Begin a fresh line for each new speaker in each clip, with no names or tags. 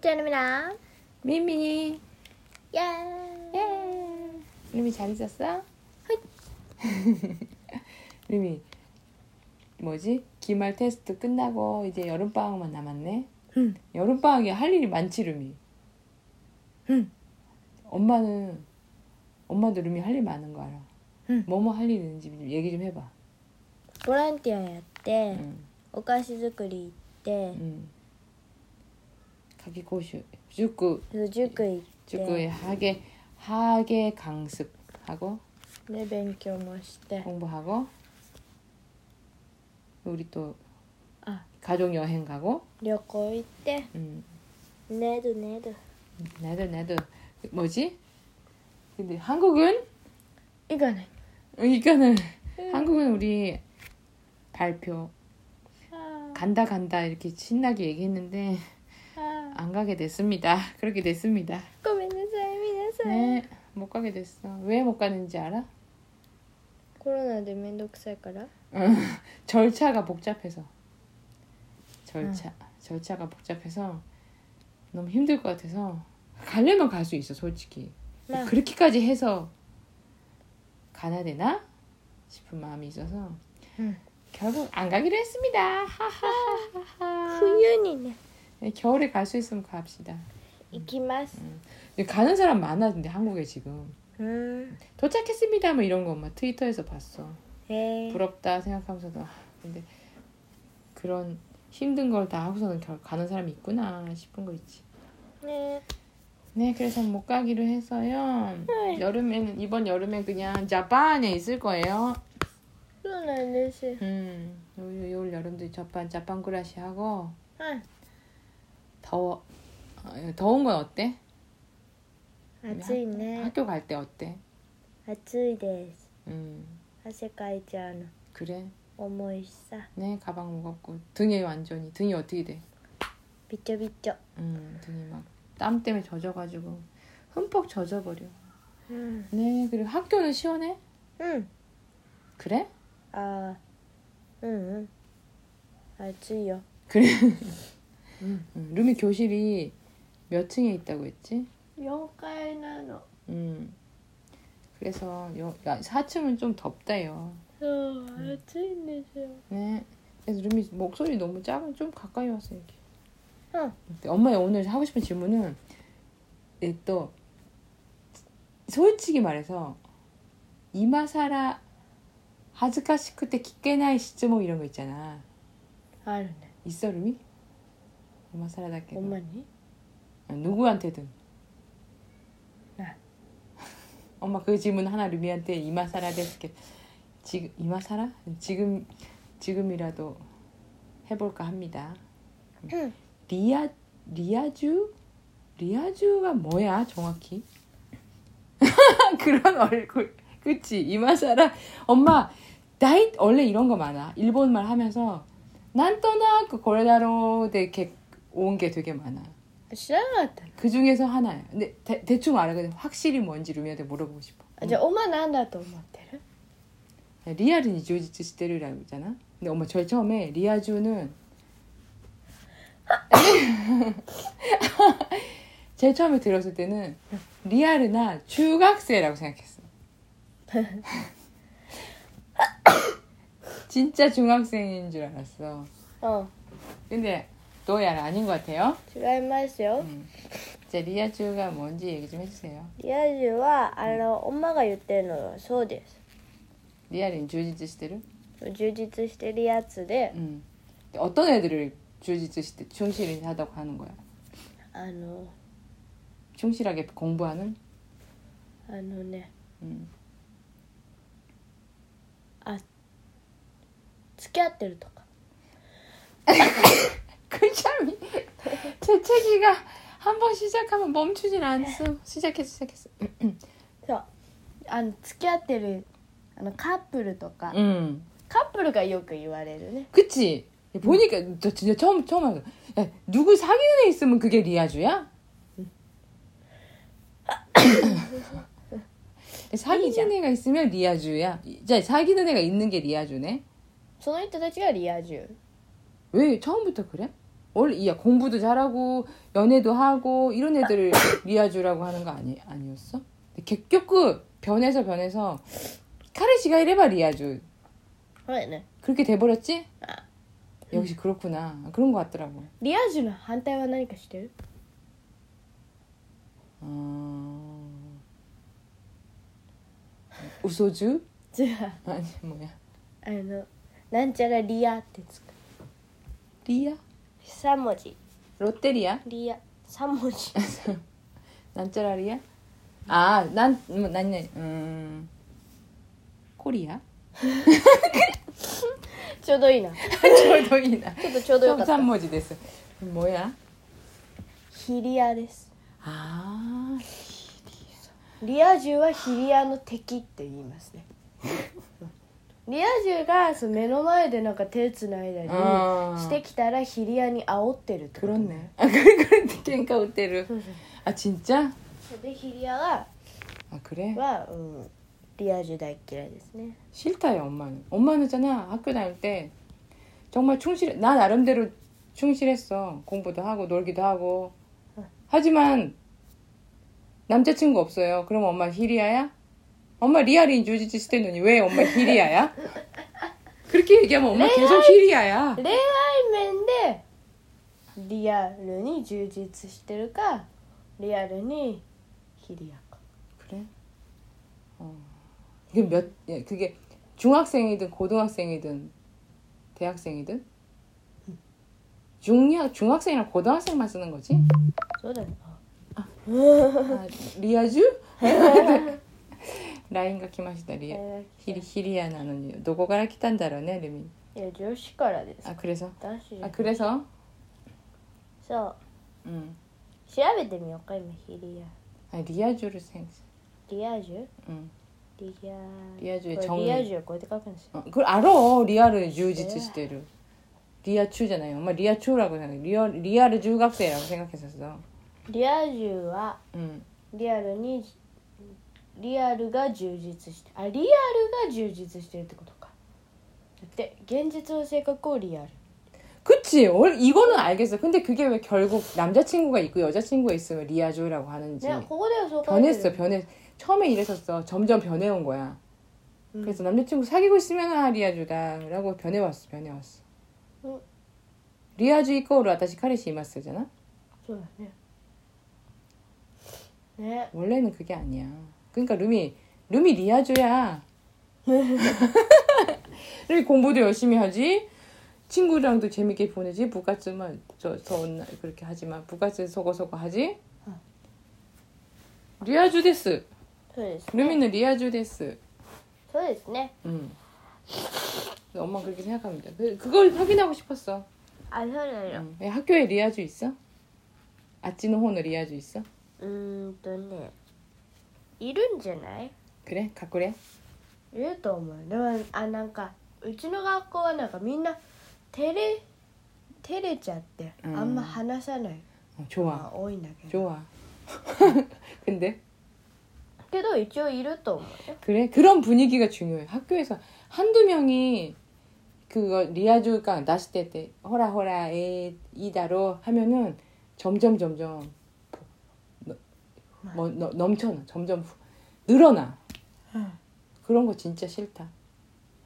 제노미랑
민민이
예.
예. 루미 잘 있었어? 루미 뭐지? 기말 테스트 끝나고 이제 여름 방학만 남았네.
응.
여름 방학에 할 일이 많지 루미.
응.
엄마는 엄마도 루미 할 일 많은 거 알아.
응.
뭐뭐 할 일 있는지 좀 얘기 좀 해봐.
ボランティアやって、
응.
お菓子作り行って
응. 가기 고슈 축구
そう塾行っ
축구 에
네.
하계 하계 강습하고
てで勉強もして、
네. 공부하고 우리 또
아.
가족 여행 가고
旅行行って
음
寝る寝る
나도 나도 뭐지 근데 한국은
行かない
그러니까는 한국은 우리 발표
아,
간다 간다 이렇게 신나게 얘기했는데
아,
안 가게 됐습니다 그렇게 됐습니다
ごめんなさい皆さん、
네 못 가게 됐어 왜 못 가는지 알아
コロナでめんどくさいから
절차가 복잡해서 절차 절차가 복잡해서 너무 힘들 것 같아서 가려면 갈 수 있어 솔직히
네.
그렇게까지 해서 가나 되나 싶은 마음이 있어서
응.
결국 안 가기로 했습니다 하하하하
冬にね
네, 겨울에 갈 수 있으면 갑시다
行きます、
근데 가는 사람 많아 근데 한국에 지금
うん、
도착했습니다 뭐 이런 거 막 트위터에서 봤어
へえ
부럽다 생각하면서도 아, 근데 그런 힘든 걸 다 하고서는 결 가는 사람이 있구나 싶은 거 있지.
ね
네, 그래서 못 가기로 해서요. 여름에는 이번 여름에 그냥 자판에 있을 거예요.
そうなんですは
음, 요, 요, 올 여름도 자판 자판 구라시 하고
い
더워. 어, 더운 건 어때?
暑いね
학교 갈 때 어때?
暑いです
음,
汗かいちゃうの
그래.
重いしさ
네, 가방 무겁고 등에 완전히 등이 어떻게 돼?
びちょびちょ
음, 등이 막 땀 때문에 젖어가지고 흠뻑 젖어버려.
うん、
네 그리고 학교는 시원해?
うん、
그래?
あーうんうん暑いよ
그래
うん
음, 루미 교실이 몇 층에 있다고 했지?
4階なの
음 그래서 여, 야, 4층은 좀 덥다요
そう暑いんですよ
네 그래서 루미 목소리 너무 작은 좀 가까이 와서 얘기해
응.
근데 엄마 오늘 하고 싶은 질문은 예, 또 솔직히 말해서 이마사라 하즈카시크 때 기깨나이 시즈모 이런 거 있잖아
あるね
있어 루미? 이마사라답게
ほんまに
아, 누구한테든.
네.
엄마 그 질문 하나 루미한테 이마사라 데스게 지금 이마사라 지금 지금이라도 해볼까 합니다.
응.
리아 리아주 리아주가 뭐야 정확히? 그런 얼굴 그치 이마사라 엄마 나이 원래 이런 거 많아 일본말 하면서 난떠나 그 고레다로 이렇게 온 게 되게 많아.
知らなかったの
그 중에서 하나예요. 근데 대, 충알아근데 확실히 뭔지 루미한테 물어보고 싶어.
あじゃあおまなんだと思ってる
리아는 이조지츠 시테르라고 있잖아. 근데 엄마 제일 처음에 리아주는 제일 처음에 들었을 때는 리아르나 중학생이라고 생각했어. 진짜 중학생인 줄 알았어.
う
근데 또 야라 아닌 것 같아요.
ん違いますよ
음. 이제 리아주가 뭔지 얘기 좀 해주세요.
リア充はあの엄마が言ってるのはそうです
리아는 조지츠 시테르?
充実してるやつで
음. 어떤 애들을 주짓수 시대 충실히 하다고 하는 거야?
あの
충실하게 공부하는?
あのね
음.
あ付き合ってるとか
그 참이 재채기가 한 번 시작하면 멈추질 않았어. 시작했어, 시작했어.
そうあの付き合ってるあのカップルとか、
음.
カップルがよく言われるね
그치? 보니까 저 진짜 처음 처음 알았어. 야, 누구 사귀는 애 있으면 그게 리아주야? 음. 사귀는 애가 있으면 리아주야. 자, 사귀는 애가 있는 게 리아주네.
その人たちがリア充
왜 처음부터 그래? 원래 이야 공부도 잘하고 연애도 하고 이런 애들을 리아주라고 하는 거 아니 아니었어? 근데結局 변해서 변해서 카레시가 이래봐 리아주
はいね
그렇게 돼버렸지?
아.
역시 그렇구나 그런 것 같더라고.
リア充の反対は何か知ってる
어... 우소주
じゃ
아니 뭐야
ああのなんちゃらリアってつく
리아
3文字
롯데리아
リア3文字
난짜라리아 아난난난 음 코리아
ちょうどいいな
어? 저도이나
ちょっとちょうどよかった
3文字됐어 뭐야
ヒリアです
아
リア充はヒリアの敵って言いますねリア充がその目の前でなんか手つないだり
あー
してきたらヒリアに煽ってるってこと
그렇네 아 그래 그래 땡까 호텔을 아 진짜
でヒリアは
아 그래
は、うん、リア充大っ嫌いですね
싫다요 엄마는 엄마는 있잖아 학교 다닐 때 정말 충실 나 나름대로 충실했어 공부도 하고 놀기도 하고 하지만 남자친구 없어요 그럼 엄마 히리아야 엄마 리아린 주지치 스테노니 왜 엄마 히리아야 그렇게 얘기하면 엄마 계속 네, 히리아야
恋愛面でリアルに充実してるかリアルにヒリアか
그래 어 이게 몇 예, 그게 중학생이든 고등학생이든 대학생이든 중학 중학생이랑 고등학생만 쓰는 거지
そうだね
아, 리아주? 라인가 키마시다
い
리아
やい
히리 히리야 나는 노고가라 키탄다라네 르미
や女子からです
아 그래서
男子じゃ
아
ん
그래서
そう
음
調べてみようか今ヒリア
아니, 리아주를 생
リア充
음.
リア
リア
こ
充
れ
정리
リア充はこうやって書くんですよ
어, 그걸 알아 리아를 주지츠 시대를 리아추잖아요 엄마 리아추라고 생각해 리아 리아를 중학생이라고 생각했었어
リア充は
음
リアルにリアルが充実してあリアルが充実してるってことかだって現実の性格をリアル
그치 원- 이거는 알겠어 근데 그게 왜 결국 남자친구가 있고 여자친구가 있으면 리아주라고 하는지
ねここではそう書いてる
변했어 변해 처음에 이랬었어 점점 변해온 거야 그래서 남자친구 사귀고 있으면 아 리아주다라고 변해왔어 변해왔어
응.
리아주 이코르 아타시 카레시 이마스잖아
そうだねね
원래는 그게 아니야 그러니까 루미 루미 리아주야 루미 공부도 열심히 하지 친구랑도 재밌게 보내지 부가츠만 저저온 날 그렇게 하지만 부가츠 서고서고 하지
응.
리아주 데스
そうですね
루미는 리아주 데스
そうですね
응. 엄마 그렇게 생각합니다. 그, 그걸 확인하고 싶었어.
あそうなのよ
응. 야, 학교에 리아주 있어? 아찌노 호노 리아주 있어?
うーんとねいるんじゃない
그래? 가꾸래?
いると思うでもあなんかうちの学校はなんかみんな照れ照れちゃってあ
うん
んま話さない
어, 좋아.
が多いんだけど
좋아. 근데
けど一応いると思うよ
그래? 그런 분위기가 중요해. 학교에서 한두 명이 그거 리아주가 나시때 때 허라 허라 에 이다로 하면은 점점 점점 보- 너- 뭐, 너- 넘쳐나. 점점 후- 늘어나. 그런 거 진짜 싫다.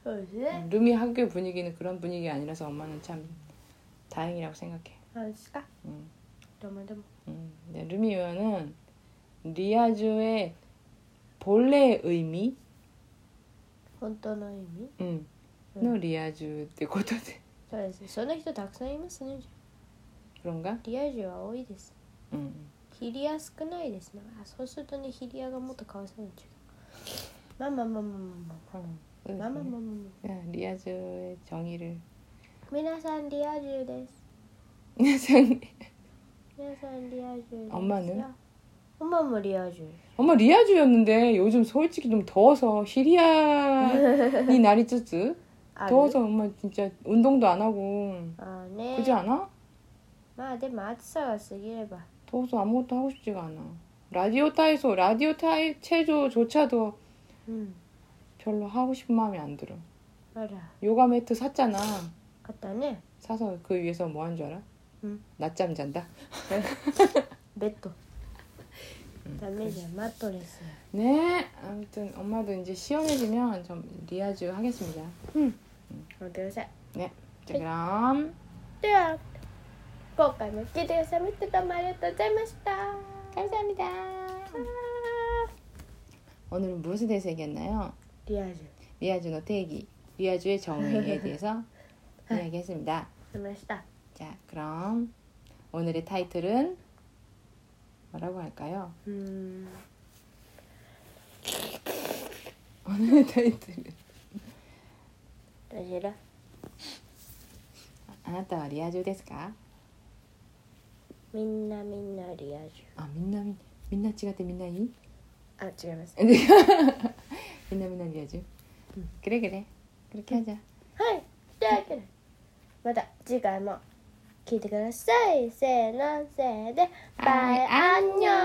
そうですね、
루미 학교 분위기는 그런 분위기 아니라서 엄마는 참 다행이라고 생각해.
そうですか
음.
どうもどうも
음. 근데 루미 의원은 리아주의 본래 의미,
本当の意味
음,
음.
너 리아주 때 고도대
そうですねそんな人たくさんいますね
그런가?
リア充は多いです
음.
ヒリア少ないですねあそうするとねヒリアがもっとかわいそうになっちゃうまあまあまあまあまあまあまあまあまあまあ
음.
ま
리아주의 정의를
あ皆さんリア充です
세상에.
皆さんリア充ですよ
엄마는
엄마뭐リア充
엄마 리아주였는데 요즘 솔직히 좀 더워서 히리아니 날이 쯔쯔
아
더워서 엄마 진짜 운동도 안 하고
あね
그지 않아?
まあでも暑さが過ぎれば
더워서 아무것도 하고 싶지가 않아. 라디오 타에서 라디오 타의 체조조차도
うん
별로 하고 싶은 마음이 안 들어.
あら
요가 매트 샀잖아.
買ったね
사서 그 위에서 뭐 한 줄 알아?
う 응.
낮잠 잔다.
ベッドダメじゃんマットレス
네, 아무튼 엄마도 이제 시원해지면 좀 리아주 하겠습니다.
ごめんなさい
자, 그럼
では今回も聞いてくださいましてどうもありがとうございました
감사합니다. 오늘은 무엇에 대해서 얘기했나요?
リアル
리아주의定義, 리아주의 정의에 대해서 이야기했습니다.
しました
자, 그럼 오늘의 타이틀은 뭐라고 할까요?
うーん
오늘의 타이틀은
どうしろ
아나타와 리아주 ですか?
みんなみんなリアル
아, 민나 민 민나 찌가대 민나이?
あ違います
민나 민나 리아주.
응.
그래 그래. 그렇게 하자.
はいというわけでまた次回も聞いてくださいせーのせーでバイアンニョン